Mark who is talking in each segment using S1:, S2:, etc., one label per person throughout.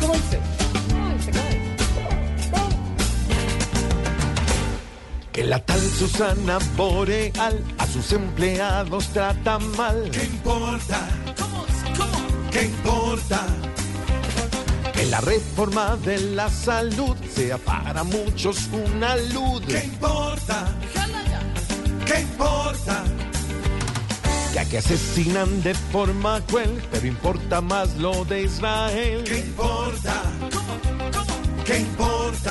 S1: ¿Cómo dice?
S2: Que la tal Susana Boreal a sus empleados trata mal.
S3: ¿Qué importa? ¿Qué importa?
S2: Que la reforma de la salud sea para muchos una luz.
S3: ¿Qué importa? ¿Qué importa?
S2: Ya que asesinan de forma cruel, pero importa más lo de
S3: ¿Qué
S2: Israel.
S3: importa? ¿Qué importa?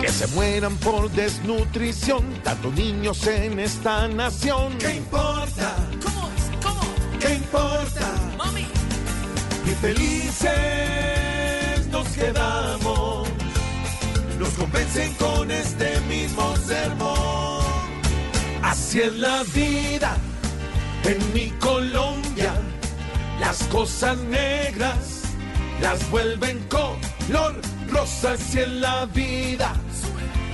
S2: Que se mueran por desnutrición, tantos niños en esta nación.
S3: ¿Qué importa? ¿Qué importa? Y felices nos quedamos. Nos convencen con este mismo sermón. Así es la vida en mi Colombia. Las cosas negras las vuelven color rosa. Así es la vida